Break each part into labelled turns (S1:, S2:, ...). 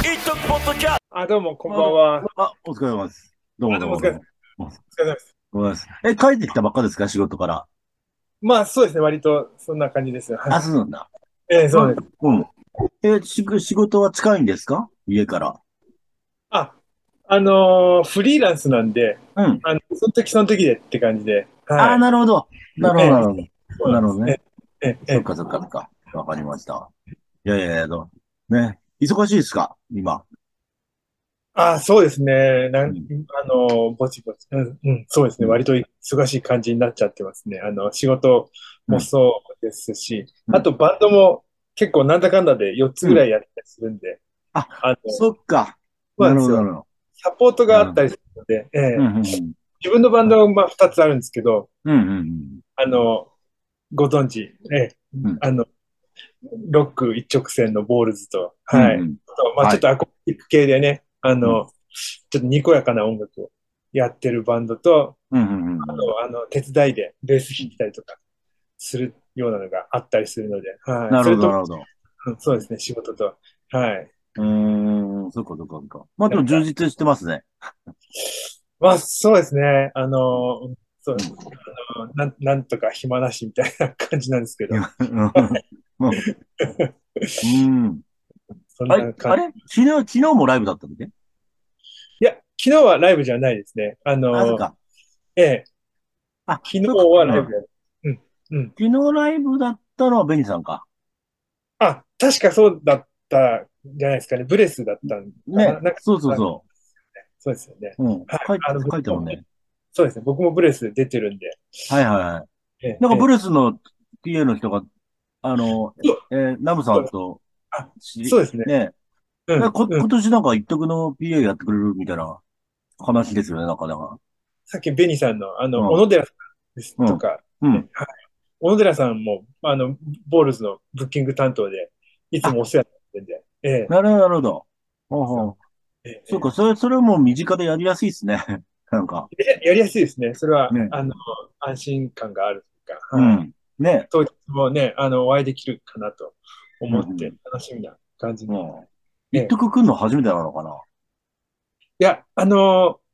S1: 一徳ポッドキャス
S2: あ、どうも、こんばんは。
S3: あ、お疲れ様です。どうもどうも
S2: あど
S3: ど
S2: う
S3: う
S2: も
S3: も。
S2: お疲れ様です。
S3: どうもです。え、帰ってきたばっかですか仕事から。
S2: まあ、そうですね、割とそんな感じですよ。
S3: あ、そうなんだ。
S2: ええ、そうです。
S3: うん。え、し仕事は近いんですか家から。
S2: あ、あのーフリーランスなんで、
S3: うん。
S2: あの、その時その時でって感じで。
S3: あー
S2: は
S3: なるほど。なるほど、なるほど。
S2: い。
S3: なるほどね。
S2: ええ。え
S3: そ
S2: え
S3: っ、かそっかそっか。わかりました。いやいやいや、どうね。忙しいですか今。
S2: あ、そうですね。なん、
S3: うん
S2: あのーぼちぼち。うん、うん、そうですね。割と忙しい感じになっちゃってますね。あの、仕事もそうですし、
S3: うん
S2: あとバンドも結構なんだかんだで4つぐらいやったりするんで、
S3: うんあ
S2: あの、
S3: そっか。
S2: そう
S3: な
S2: なんで
S3: るほ
S2: す
S3: ど、な
S2: よ。
S3: るほ
S2: サポートがあったりするので、ええ
S3: ど。うんうんうん。
S2: 自分のバンドはまあ2つあるんですけど、
S3: うんうんうん。
S2: あの、ご存知、ええ
S3: うん
S2: あの、ロック一直線のボールズと、はい。
S3: うんうん
S2: あとまあ
S3: はい
S2: ちょっとアコースティック系でね、あの、ちょっとにこやかな音楽をやってるバンドと、
S3: うんうんうん。
S2: あと、あの、手伝いでベース弾いたりとかするようなのがあったりするので、はい。
S3: なるほど、
S2: それ
S3: な
S2: と
S3: るほど。
S2: うん、そうですね、仕事と。はい。
S3: うーん、そっかそっかそっか。まあ、でも充実してます ね。
S2: まあ、そうですね、あの、そう、あの、なん、なんとか暇なしみたいな感じなんですけど、
S3: うんうん。
S2: そんな
S3: あれ、
S2: 感
S3: あ
S2: じ。
S3: れ昨日、昨日もライブだったんだっけ
S2: いや、昨日はライブじゃないですね。あの、
S3: あ、そっか。
S2: ええ、
S3: あ、
S2: 昨日はライ
S3: そ
S2: ブ
S3: うか
S2: やる。
S3: 昨日ライブだったのはベニさんか。
S2: あ、確かそうだったんじゃないですかね。ブレスだったんだ
S3: ね
S2: な。なんか、
S3: そうそうそ
S2: そうですよね。
S3: う。うん。書いて
S2: あの、
S3: 書いてもね。
S2: そうですね。僕もブレス出てるんで。
S3: はいはいはい。
S2: ええ
S3: なんかブ
S2: ええ
S3: ルースの PA の人が、あの、えーナムさんと
S2: あ、
S3: し
S2: そうですね。
S3: ね。
S2: うん
S3: なんかこ
S2: うん
S3: 今年なんか一徳の PA やってくれるみたいな話ですよね、なんかだか
S2: さっきベニさんの、あの、
S3: うん
S2: 小野寺さんですとか、
S3: ら。うん。
S2: 小野寺さんも、あの、ボールズのブッキング担当で、いつもお世話になってるんで。ええ、
S3: なるほど、なるほど。ほうほう
S2: ええ
S3: そうか、それ、それも身近でやりやすいですね。 なんか。
S2: ややりやすいですね。それは
S3: ね、
S2: あの、安心感があるというか、
S3: う
S2: はい。
S3: ん。ね。
S2: 当日もね、あの、お会いできるかなと思って
S3: う、
S2: 楽しみな感じに。い
S3: もう
S2: え
S3: ん。
S2: え
S3: 一徳くんの初めてなのかな。
S2: や、あのー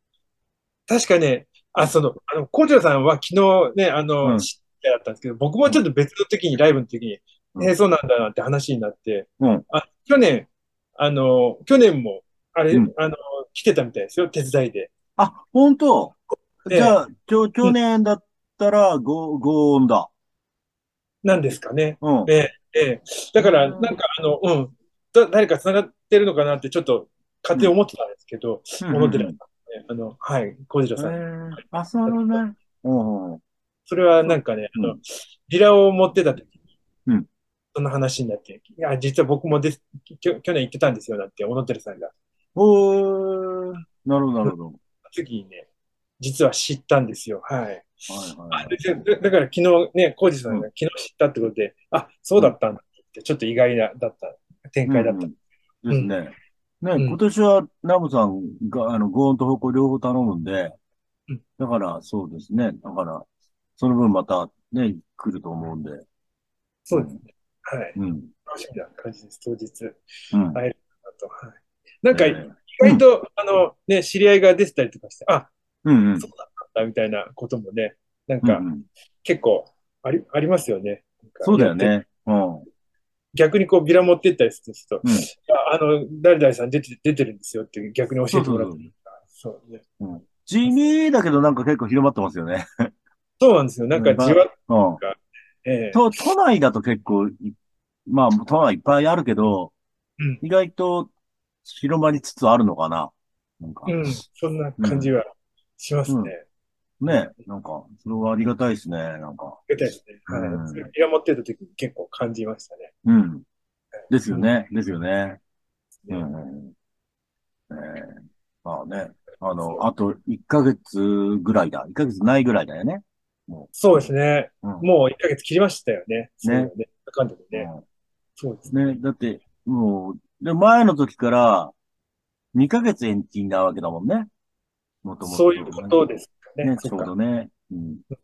S2: 確かね、あ、その、あの、コチさんは昨日ね、あの、
S3: うん
S2: 知ってだったんですけど、僕もちょっと別の時に、ライブの時に、
S3: うん
S2: えーそうなんだなって話になって、
S3: うん
S2: あ、去年、あのー去年も、あれ、
S3: うん
S2: あのー来てたみたいですよ、手伝いで。
S3: あ、ほんと
S2: ええ
S3: じゃあ、きょ、去年だったら、ご、ご音だ。
S2: なんですかね。
S3: うん。
S2: ええ、ええ。だから、
S3: うん
S2: なんか、あの、うん、だ、誰か繋がってるのかなって、ちょっと、勝手に思ってたんですけど、小野寺さんね、あの、はい、小次郎さん。
S3: ん。あ、そうなね。うん。
S2: それはなんかね、あ
S3: うん
S2: の、ビラを持ってた時に
S3: うん、
S2: そんな話になって、いや、実は僕もです、きょ去年行ってたんですよ、なんて、小野寺さんが。
S3: おー。なるほど、なるほど。
S2: 次にね、実は知ったんですよ、はい。
S3: はいはい。
S2: でだだから昨日ね、小次郎さんが昨日知ったってことで、あ、そうだったんだって、ちょっと意外な、だった、展開だった。
S3: うんうんですね。ね、
S2: うん
S3: 今年はナムさんが、あの、ご音と方向両方頼むんで
S2: うん、
S3: だから、そうですね。だから、その分また、ね、来ると思うんで。
S2: そうですね。はい。
S3: うん。
S2: 楽しみな感じです、当日。
S3: うん。
S2: 会えるかなと。はい。なんか、
S3: え
S2: 意
S3: え
S2: 外と、あの、ね、知り合いが出てたりとかして、あ、
S3: うんうん。
S2: そうだったみたいなこともね、なん
S3: うんう
S2: か
S3: ん
S2: 結構あり,、ありますよね。
S3: そうだよ
S2: なんか。
S3: ね。うん。
S2: 逆にこうビラ持ってったりすると、
S3: うん
S2: いやあの、誰々さん出て出てるんですよって逆に教えてもらったりとかそうね。
S3: 地味だけどなんか結構広まってますよね。
S2: そうなんですよ。なんかじわっ
S3: うん。
S2: ええ
S3: と、都内だと結構い、まあ、都内いっぱいあるけど、
S2: うん
S3: 意外と広まりつつあるのかな。なんか、
S2: うん、そんな感じはしますね。
S3: うんね、なんか、それはありがたいですね、なんか。
S2: ありがたいですね。はい。
S3: うん
S2: それビラ持ってった時に結構感じましたね。
S3: うん。ですよね、ですよね。うん
S2: ね
S3: うんうん。ええまあね、あの、あと1ヶ月ぐらいだ。1ヶ月ないぐらいだよね。
S2: そうですね。
S3: うん
S2: もう1ヶ月切りましたよね。そうよね。かんでもね。
S3: うん
S2: そうですね。
S3: ね、だって、もう、で、前の時から、2ヶ月延期なわけだもんね。もともと。
S2: そういうことですかね。
S3: ね、
S2: そ
S3: ち
S2: う
S3: ょう
S2: か
S3: どね。うん。だ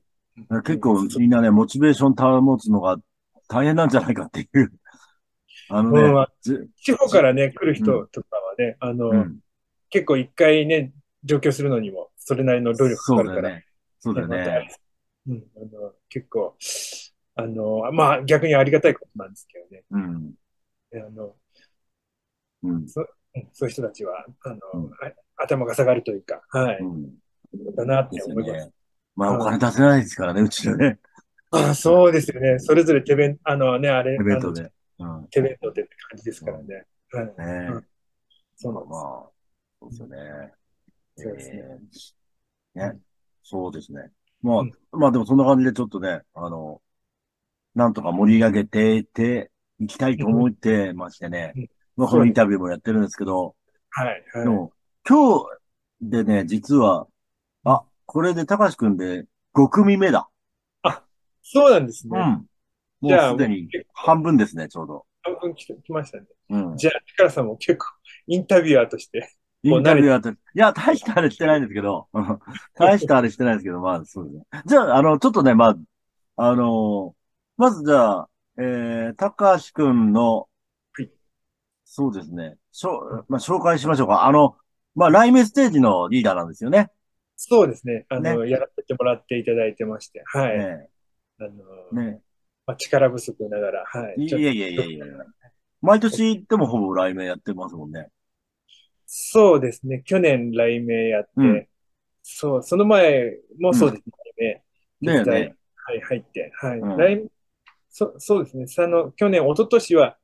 S3: から結構みんなね、モチベーション保つのが大変なんじゃないかっていう。あの
S2: うん
S3: ね、
S2: あ
S3: ず
S2: 地方からね、来る人とかはね、あの、
S3: うん、
S2: 結構一回ね、上京するのにも、それなりの努力か
S3: そ
S2: か
S3: う
S2: る
S3: だ
S2: か
S3: よ
S2: ら、
S3: ね。そうだよ
S2: ま
S3: ね。
S2: たうん、あの、結構、あの、まあ、逆にありがたいことなんですけどね。
S3: うん。
S2: であの、
S3: うん。
S2: うんそういう人たちは、あの、
S3: うん
S2: あ頭が下がるというか、はい、
S3: うん
S2: だなって
S3: ですよ
S2: 思います。
S3: ね。まあ、お金出せないですからね、うちのね、
S2: あそうですよね。それぞれ手弁、あのね、あれ、
S3: イベント
S2: あの
S3: で。うん。ね
S2: 手弁当でって感じですからね。はい、うんそう
S3: ま
S2: な
S3: あ
S2: ん、です。
S3: まあそ
S2: そう
S3: うですよね。
S2: ですね
S3: えーね
S2: う
S3: そうですね。まあ、
S2: うん
S3: まあでもそんな感じでちょっとね、あの、なんとか盛り上げて、て、いきたいと思ってましてね
S2: うん。
S3: まあ、このインタビューもやってるんですけど、
S2: はい、
S3: で
S2: はい。
S3: も、今日でね、実は、あ、これで高橋くんで5組目だ。
S2: そうなんです
S3: う
S2: ね。
S3: ん。も
S2: じゃあ
S3: うすでに
S2: 結
S3: 半分ですね、ちょうど。
S2: 半分来て来ましたね。
S3: うん。
S2: じゃあ、ヒカラさんも結構、インタビュアーとして。
S3: インタビューあたり。いや、大したあれしてないんです けど、うん大したあれしてないんですけど、まあ、そうですね。じゃあ、あの、ちょっとね、まあ、あのまずじゃあ、えー、たかしくんの
S2: はい、
S3: そうですね、しょ、まあ、紹介しましょうか。あの、まあ、ライメステージのリーダーなんですよね。
S2: そうですね。あの、やらせてもらっていただいてまして、はい。
S3: ね
S2: あの、
S3: ね
S2: まあ、力不足ながら、はいい。
S3: い
S2: ちょ
S3: やいやいやいや毎年でもほぼライメやってますもんね。
S2: そうですね。去年、雷鳴やって、
S3: うん
S2: そう、その前もそうですね。
S3: だよ
S2: 実際
S3: ね。
S2: はい、入って。はい。
S3: うん
S2: 来そ、そうですね。その、去年、一昨年は、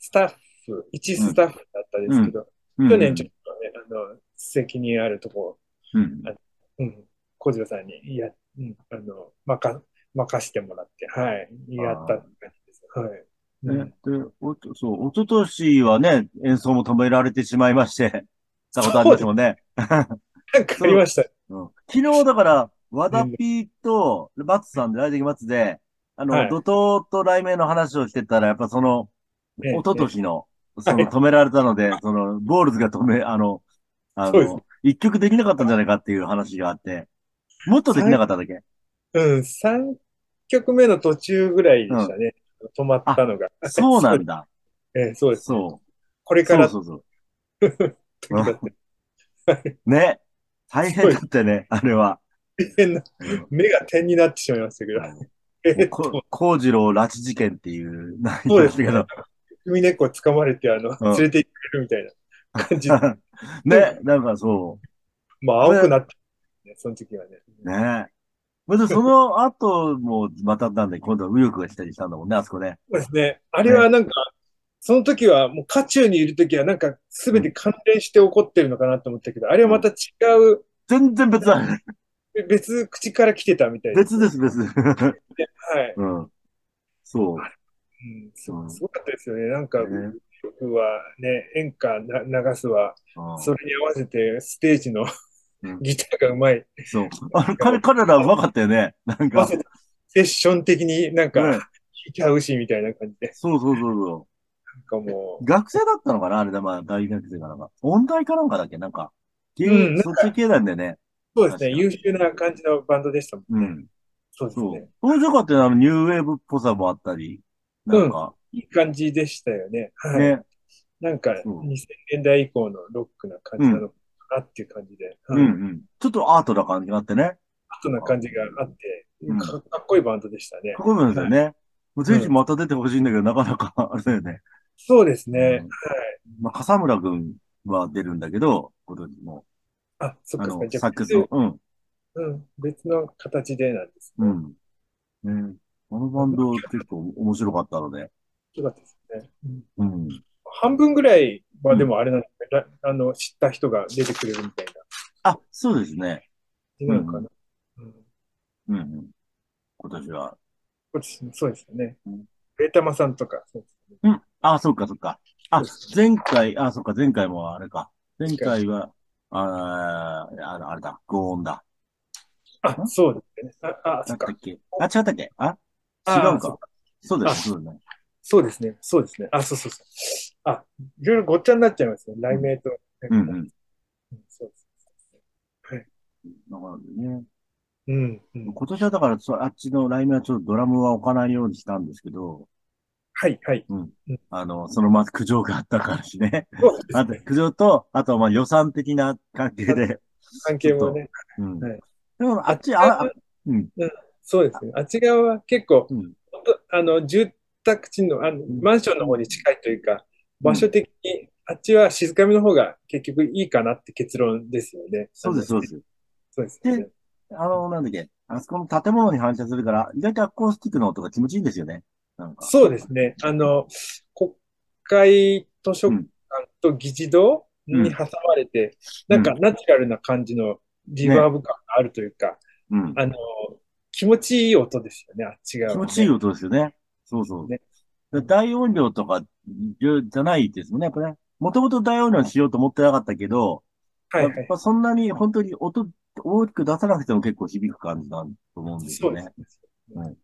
S2: スタッフ、一スタッフだったんですけど、
S3: うん
S2: 去年ちょっとね、あの、責任あるとこ
S3: うん。
S2: うん、小次郎さんに、や、うん、あの、任、任してもらって、はい、やったって感じです。はい。う
S3: ね
S2: ん、
S3: で、おと、そう、おととしはね、演奏も止められてしまい まして、たことありましたもんね。
S2: なんかありました。
S3: うん昨日だから、和田ピーと、松さんで、来的松で、あ
S2: は
S3: の、
S2: い
S3: 怒涛と雷鳴の話をしてたら、やっぱその、
S2: ね
S3: おととしの、
S2: え
S3: その止められ たので、その、ボールズが止め、あの、あ
S2: そうです
S3: の、一曲できなかったんじゃないかっていう話があって、もっとできなかったんだっけ
S2: うん、3曲目の途中ぐらいでしたね。止まったのが。
S3: そうなんだ。
S2: ええ、そうです。
S3: そ
S2: これ
S3: う。
S2: か
S3: そう
S2: ら
S3: そうそう。
S2: 時だって
S3: ね。大変だったね、あれは。
S2: 大変な、目が点になってしまいましたけど。ええっ と、
S3: こうじろう拉致事件っていう、な
S2: そうです
S3: け
S2: ね
S3: ど。
S2: 海猫掴まれて、あの、
S3: うん
S2: 連れて行かれるみたいな感じ で。
S3: ね、なんかそ
S2: まあ、青くなって、ね、その時はね。
S3: う。ね。またその後もまたなんで、今度は右翼が来たりしたんだもんね、あそこね。
S2: そうですね。あれはなんか、その時は、もう渦中にいる時は、なんか、すべて関連して起こってるのかなと思ったけど、あれはまた違
S3: 全然別だ。
S2: う、別口から来てたみたいです。
S3: 別です、 別。
S2: はい。
S3: うん。そう。
S2: うん、す
S3: うん
S2: すごかったですよね。なんか、
S3: ね
S2: 僕はね、演歌な流すわ、
S3: うん
S2: それに合わせてステージの
S3: うん
S2: ギターがうまい、
S3: そう。あの彼、彼らうまかったよね。なん
S2: 合わ
S3: か。
S2: せてセッション的になんか
S3: ね
S2: 弾いちゃうしみたいな感じで、
S3: そうそうそうそ
S2: なんかも
S3: う。学生だったのかなあれだ、まあ、大学生かなんか。音大かなんかだっけなんか。
S2: んなんか
S3: そっち系なんだよね。
S2: う、そうですね、
S3: 確かに
S2: 優秀な感じのバンドでしたもん
S3: う
S2: ね。
S3: ん。
S2: そうです
S3: そう
S2: ね。。
S3: 面白かったよね。あの、ニューウェーブっぽさもあったり、なんか、
S2: いい感じでしたよね。はい。
S3: ね、
S2: なんか
S3: そう
S2: 2000年代以降のロックな感じなのかなっていう感じで、
S3: う
S2: はい
S3: んうん。ちょっとアートな感じがあってね。
S2: アートな感じがあって、
S3: うん
S2: かかっこいいバンドでしたね
S3: か。っこいいですよね。もうぜひまた出てほしいんだけど、なかなか、あれだよね。
S2: そうですね
S3: うん。まあ、笠村くんは出るんだけど、今年も。
S2: あ、そっ
S3: あ
S2: かそっ
S3: の
S2: か。じ、ゃあ
S3: サックスの、うん、
S2: うん、別の形でなんですね。
S3: うん。ね。このバンド結構面白かったので。
S2: よかったですね。うん
S3: うん。
S2: 半分ぐらいはでもあれなんですね、らあの、知った人が出てくれるみたいな
S3: あ、そうですね。
S2: 感じなのかな。うん
S3: うんうん。今年は。
S2: そうですねそうですよね
S3: うん。
S2: ベータマさんとか、そうですね。
S3: うん。あ、そっかそっか。あ
S2: そうです、
S3: 前回、あ、そっか、前回もあれか。前回は、あーあの、あれだ、ゴ音だ。
S2: あ、そうですね。あ、あ、
S3: だ
S2: そ
S3: っ
S2: ったか
S3: っ。けあ、違ったっけあ
S2: あ
S3: 違う
S2: そう
S3: か。そうだよね、そうだよね。
S2: そうですね。そうですね。あ、そうそうそう。あ、いろいろごっちゃになっちゃいますね。雷鳴と。
S3: うんうん。
S2: うんそうです。
S3: だからね、
S2: うん、うん。
S3: 今年はだから、そうあっちのラインはちょっとドラムは置かないようにしたんですけど、
S2: はい、はい。
S3: あの、そのまず苦情があったからし ね。
S2: そうですね
S3: あと、苦情と、あとはまあ予算的な関 係で。
S2: 関係もね。
S3: うん。
S2: はい
S3: でも、あっち、あ、あうん。
S2: そうですね。あっち側は結構、
S3: うん
S2: ほんとあの、住宅地の、あの、
S3: ん
S2: マンションの方に近いというか、場所的に、あっちは静かめの方が結局いいかなって結論ですよね。。
S3: そうです、そうですす。
S2: そうですね。
S3: あの、なんだっけ。あそこの建物に反射するから、意外とアコースティックの音が気持ちいいんですよね。なんか。
S2: そうですね。あの、国会図書館と議事堂に挟まれて、
S3: う
S2: な
S3: ん
S2: んかナチュラルな感じのリバーブ感があるというか、
S3: うん。
S2: あの、気持ちいい音ですよね、あっち側
S3: 気
S2: はね
S3: 持ちいい音ですよね。そうそう。
S2: ね
S3: だ大音量とかじゃじゃないですもんね、やっぱね。もともと大音量にしようと思ってなかったけど、
S2: はい
S3: や
S2: は
S3: っ
S2: い。
S3: ぱそんなに本当に音大きく出さなくても結構響く感じだと思うんです
S2: そ
S3: よ
S2: うで
S3: ね
S2: す。ね
S3: うん。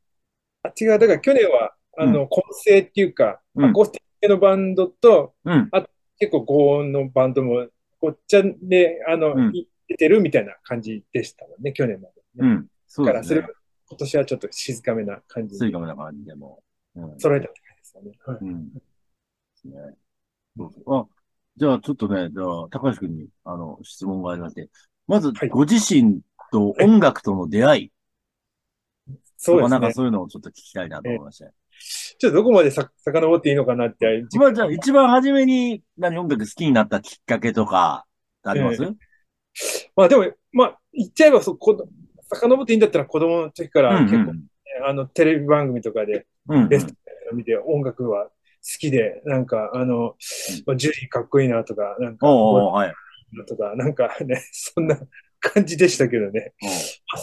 S2: あっち側、だから去年は、あの、混声っていうか、
S3: うん
S2: アコースティック系のバンドと、
S3: うん。
S2: 結構合音のバンドも、ごっちゃで、あの、
S3: うん
S2: 出てるみたいな感じでしたもんね、去年までね。
S3: うん。そう
S2: だか
S3: で
S2: ら、
S3: す
S2: それ
S3: ね
S2: は。今年はちょっと静かめな感じ
S3: ス
S2: で
S3: イカみたいな感じでも。うん。
S2: 揃えたって感じですよね。はい
S3: うん。ですね。そうそうあ、じゃあちょっとね、じゃあ、高橋君に、あの、質問がありまして。まず
S2: はい、
S3: ご自身と音楽との出会い
S2: そ
S3: と
S2: う
S3: か、
S2: です
S3: なんか
S2: ね。
S3: そういうのをちょっと聞きたいなと思いまして。
S2: ちょっとどこまでさ遡っていいのかなって、時
S3: ま
S2: 間
S3: あじゃあ、一番初めに、何、音楽好きになったきっかけとか、あります、
S2: えまあでも、まあ、言っちゃえばそ、こ遡っていいんだったら子供の時から結構、ねあの、テレビ番組とかで、
S3: うん、うん。うん、
S2: ベスト見て音楽は好きで、なんか、あの、まあジュリーかっこいいなとか、なんか、
S3: おうおうはい。
S2: とか、なんかね、 そんな感じでしたけどね。
S3: おう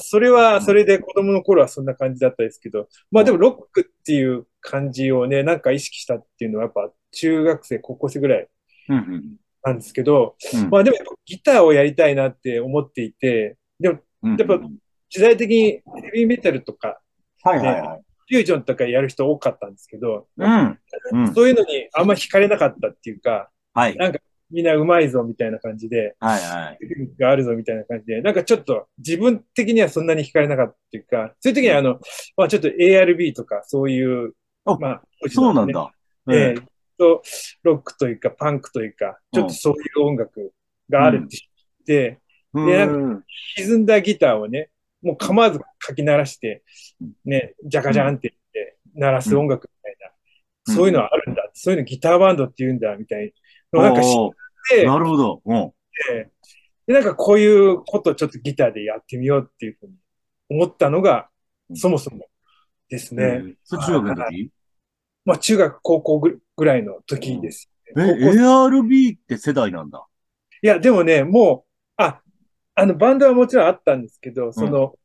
S2: それは、それで子供の頃はそんな感じだったですけど、まあでもロックっていう感じをね、なんか意識したっていうのはやっぱ中学生、高校生ぐらい
S3: うん、うん
S2: なんですけど、
S3: うん。
S2: まあでもやっぱギターをやりたいなって思っていて、でも
S3: うん
S2: やっぱ時代的にヘビーメタルとか、
S3: はいはいはい。
S2: フュージョンとかやる人多かったんですけど、
S3: うん。うん。
S2: そういうのにあんま惹かれなかったっていうか、
S3: はい。
S2: みんなうまいぞみたいな感じで、
S3: は いはい。
S2: テクニックがあるぞみたいな感じで、なんかちょっと自分的にはそんなに惹かれなかったっていうか、そういう時にあの、まあちょっと ARB とかそういう、
S3: お
S2: まあ、
S3: そうなん。だ。
S2: ええと、ロックというかパンクというか、ちょっとそういう音楽があるって知って、
S3: うん
S2: でなんか
S3: うん。
S2: 歪んだギターをね、もう構わずかき鳴らして
S3: うん、
S2: ね、ジャカジャンって言って鳴らす音楽みたいな、
S3: うん
S2: そういうのはあるんだ、そういうのギターバンドって言うんだ、みたいなのをなんか知っ
S3: おう
S2: て、
S3: なるほど。うん。
S2: で、なんかこういうことをちょっとギターでやってみようっていうふうに思ったのが
S3: う、ん
S2: そもそもですね。
S3: えーそれ中学の時
S2: まあ中学、高校ぐぐらいの時です、
S3: え、
S2: ね高校
S3: ARB って世代なんだ。
S2: いや、でもね、もう、あ、あの、バンドはもちろんあったんですけど、その、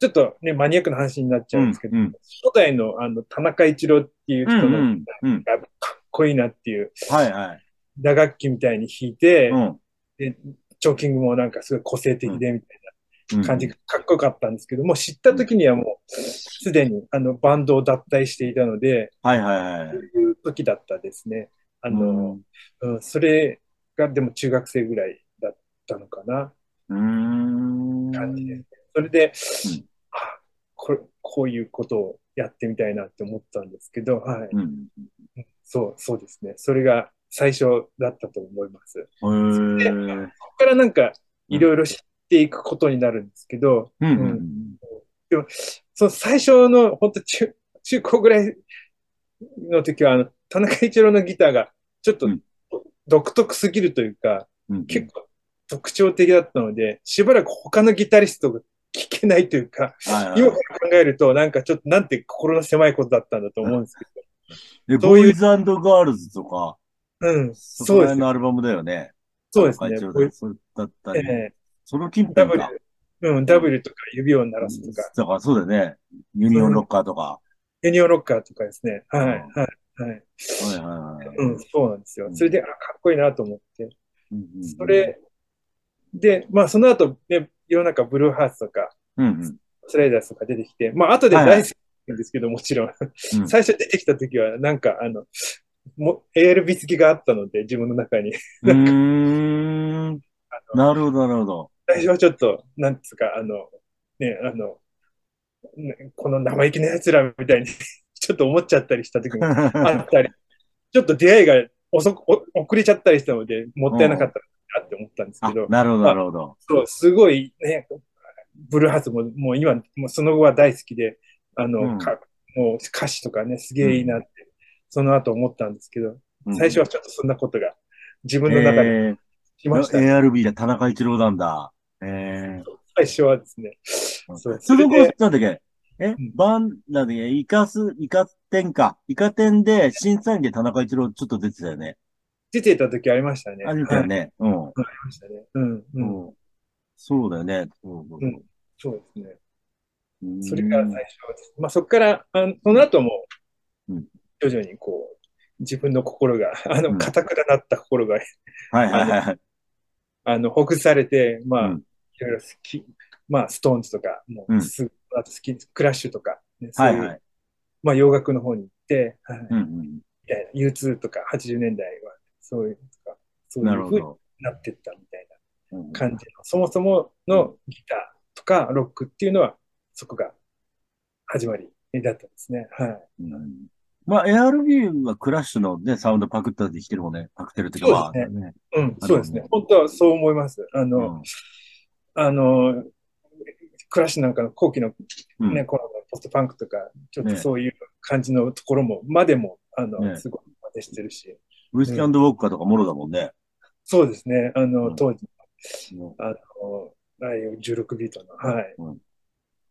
S2: ちょっとね、マニアックな話になっちゃうんですけど、
S3: うんうん
S2: 初代のあの、田中一郎っていう
S3: う
S2: 人
S3: ん、
S2: の、
S3: うん、うん。
S2: がかっこいいなっていう、
S3: はいはい。
S2: 打楽器みたいに弾いて、
S3: うん
S2: チョーキングもなんかすごい個性的で、みたいな。
S3: うん。
S2: 感じがかっこよかったんですけども、知った時にはもう、すでにあのバンドを脱退していたので、
S3: はいはいは
S2: そう
S3: い。
S2: いう時だったですね。あ
S3: うん
S2: の、うん、それがでも中学生ぐらいだったのかな、
S3: うーん。
S2: 感じですね。それで
S3: うん、
S2: あこれこういうことをやってみたいなって思ったんですけど、はい。
S3: うん。
S2: そう、そうですね。それが最初だったと思います。
S3: へー
S2: ここからなんか、いろいろ知っていくことになるんですけど、
S3: うんう。
S2: うんその最初の、本当中、中高ぐらいの時は、あの、田中一郎のギターが、ちょっと
S3: うん
S2: 独特すぎるというか、
S3: うん。
S2: 結構特徴的だったので、しばらく他のギタリストが聴けないというか、
S3: はいはい
S2: 今から考えると、なんかちょっと、なんて心の狭いことだったんだと思うんですけど
S3: え、ボ
S2: ういう
S3: ーイズガールズとか、
S2: ど。うん、
S3: そこ
S2: そう
S3: ら
S2: です
S3: 辺
S2: ね。
S3: のアルバムだよね。
S2: そうです
S3: なん
S2: ね
S3: か一応。
S2: こういう
S3: そうだったり。
S2: え
S3: その近辺
S2: ー
S3: か。
S2: W、うん、W とか指を鳴らすとか、
S3: だからそうだよね。ユニオンロッカーとか。
S2: ユニオンロッカーとかですね。はい、はい、はい。
S3: はいはいはい。
S2: うん、そうなんですよ
S3: う。ん
S2: それで、あ、かっこいいなと思って。
S3: うんうん
S2: そ、れで、まあ、その後、ね、世の中ブルーハーツとか、
S3: うんうん。
S2: スライダースとか出てきて、まあ、後で
S3: はいはい
S2: 大好きなんですけど、もちろん。最初出てきた時は、なんか、あの、も ALB 付きがあったので、自分の中 に。
S3: うーん。なるほど、なるほど。
S2: 最初はちょっと、なんつうか、あの、ね、あの、ねこの生意気な奴らみたいに ちょっと思っちゃったりした時もあったり、ちょっと出会いが遅く、お遅れちゃったりしたので、もったいなかったなって思ったんですけど、
S3: なるほど、なるほど。
S2: そう、すごいね、ブルーハーツも、もう今、もうその後は大好きで、あの、
S3: うん
S2: かもう歌詞とかね、すげえいいなって、その後思ったんですけど、
S3: うん
S2: 最初はちょっとそんなことが自分の中で
S3: えー
S2: 来ました。
S3: ARB で田中一郎なんだ。え
S2: 最初はですね。
S3: ー、
S2: そう
S3: そ
S2: それ
S3: れこ
S2: で
S3: そ、なんだっけえ
S2: ん、
S3: バン、なんだっけイカス、イカ天か。イカ天で、審査員で田中一郎ちょっと出てたよね。
S2: 出てた時ありましたね。
S3: あれだよ
S2: はい
S3: ね。うん。う
S2: ありましたね。うん、うん、
S3: ん。そうだよね。うん
S2: うんそうですね。
S3: うん
S2: それが最初です。まあそこから、あのその後も
S3: うん、
S2: 徐々にこう、自分の心が、 あ
S3: うん
S2: の、硬くなった心が、
S3: はいはいはいはい。
S2: あの、ほぐされて、まあ、
S3: うん
S2: いろいろ好き、まあ、ストーンズとか、も
S3: うん
S2: う、すぐ、あと好き、クラッシュとか、ね、そう、
S3: はいいうはい。
S2: まあ、洋楽の方に行って、はい、み
S3: うんうん
S2: たいな、U2 とか80年代は、そういう、とか、そうい
S3: な
S2: う
S3: るほ
S2: 風に
S3: ど。
S2: なってったみたいな。
S3: うん
S2: 感じの、そもそものギターとかロックっていうのは、そこが始まりだったんですね。はい。
S3: うんまあ、ARB はクラッシュのね、サウンドパクったりしてるもんね。パクってるっていうか、まあ
S2: そうで
S3: ね。
S2: うん、
S3: ど
S2: そうですね。本当はそう思います。あ
S3: う
S2: の、
S3: ん
S2: あの、クラッシュなんかの後期の
S3: うん
S2: ね、頃のポストパンクとか、ちょっと
S3: ね
S2: そういう感じのところも、までも、あ
S3: ね
S2: の、すごいまでしてるし、
S3: ウィスキーウォッカーとかもろだもんね。
S2: そうですね。あ
S3: う
S2: の
S3: ん、
S2: 当時
S3: うん
S2: の、あの、ああいう16ビートの、はい。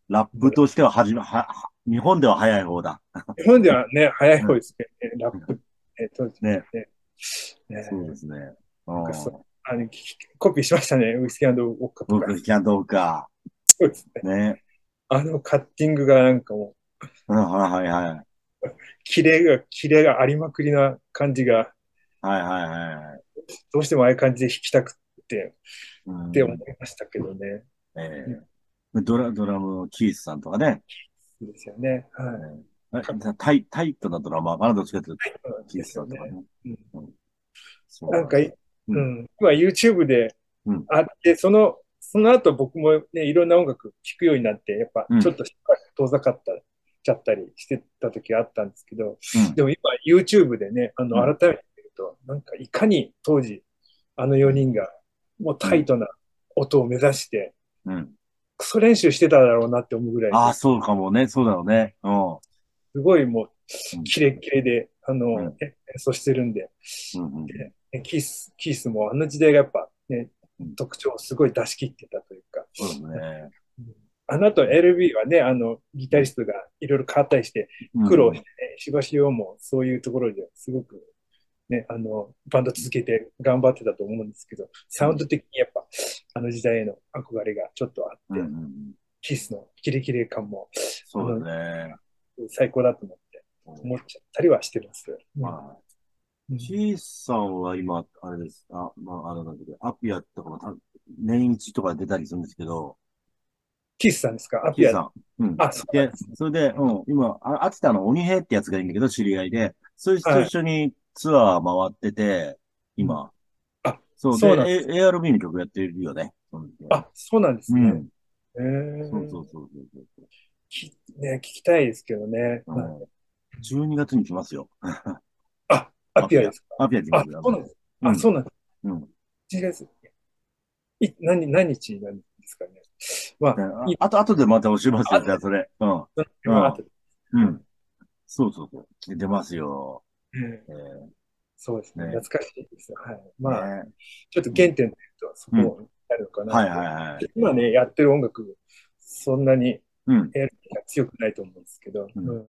S3: ラップとしてははじめ、は、は日本では早い方だ。
S2: 日本ではね、早い方ですけどね、ラップ、ね、当時
S3: ね。
S2: ね
S3: そうですね。うん。
S2: かそうあの、きコピーしましたね。ウイスキーウォッカと
S3: 僕
S2: か。
S3: キャンドーカ
S2: そうですね。
S3: ー。ね。
S2: あのカッティングがなんかもう、
S3: うん、はいはいはい。
S2: キレが、キレがありまくりな感じが、
S3: はいはいはい。
S2: どうしてもああいう感じで弾きたくって、
S3: うん
S2: って思いましたけどね。
S3: ええドラ、ドラムのキースさんとかね。
S2: そうですよね。はい。
S3: えタイ、タイトなドラマーかなどっちかという
S2: そう
S3: と、キースさんとかね。
S2: うん
S3: うんそう
S2: なんか、い
S3: うん
S2: うん。今 YouTube で
S3: うん
S2: あって、その、その後僕もね、いろんな音楽聴くようになって、やっぱ
S3: うん
S2: ちょっとしばらく遠ざかった、ちゃったりしてた時があったんですけど、
S3: うん
S2: でも今 YouTube でね、あの、
S3: う
S2: 改めて見ると、なんかいかに当時、あの4人が、もうタイトな音を目指して、
S3: うん。
S2: クソ練習してただろうなって思うぐらい、
S3: ああ、そうかもね。そうだろうね。うん。
S2: すごいもう
S3: うん、
S2: キレッキレで、あの、
S3: うん
S2: え演奏してるんで、
S3: うんうん
S2: ねキース、キースもあの時代がやっぱね
S3: うん、
S2: 特徴をすごい出し切ってたというか、
S3: そうですね。
S2: あの後 LB はね、あの、ギタリストがいろいろ変わったりして、 苦労して、ね、しばしようもそういうところですごく、ね、あの、バンド続けて頑張ってたと思うんですけど、サウンド的にやっぱ、あの時代への憧れがちょっとあ
S3: う
S2: っ
S3: んう
S2: て、
S3: んうん
S2: キスのキレキレ感も
S3: そうだね。
S2: 最高だと思って、思っちゃったりはしてます。
S3: ま
S2: う
S3: あ、
S2: ん
S3: シーさんは今、あれです。あ、まあ、あれなんだけど、アピアとかもた、年一とか出たりするんですけど、
S2: キスさんですかア
S3: シ
S2: ピ
S3: ー
S2: ア。
S3: さん。うん。
S2: あ、そうなん
S3: で
S2: です、
S3: それで、うん、今、あ秋田の鬼平ってやつがいいんだけど、知り合いで、そいつと一緒にツアー回ってて、今。
S2: あ、
S3: そう
S2: そうなん
S3: で、A- ARB の曲やってるよね。うん
S2: あ、そうなんです
S3: う
S2: ね。
S3: ん。
S2: えー
S3: そうそうそうそうそう。
S2: きね、聞きたいですけどね。
S3: うん12月に来ますよ。
S2: あ、アピアですか
S3: アピア来ま
S2: あ、
S3: すよ。
S2: そうなんです。
S3: う
S2: あ、
S3: ん
S2: そうなんです。
S3: うん。
S2: 1月。い、何、何日なんですかね。まあ、いい
S3: あと、あとでまた教えますよ、
S2: あ
S3: じゃあ、それ。うん。
S2: まあ、後で
S3: うん。そうそうそう。出ますよ。
S2: うん
S3: えー
S2: そうですね。
S3: ね
S2: 懐かしいです。はい。まあ、
S3: ね
S2: ちょっと原点で言うと、そこになるのかな。
S3: はいはいはい。
S2: 今ね、やってる音楽、そんなに
S3: うん。
S2: えー強くないと思うんですけど、
S3: うん
S2: うん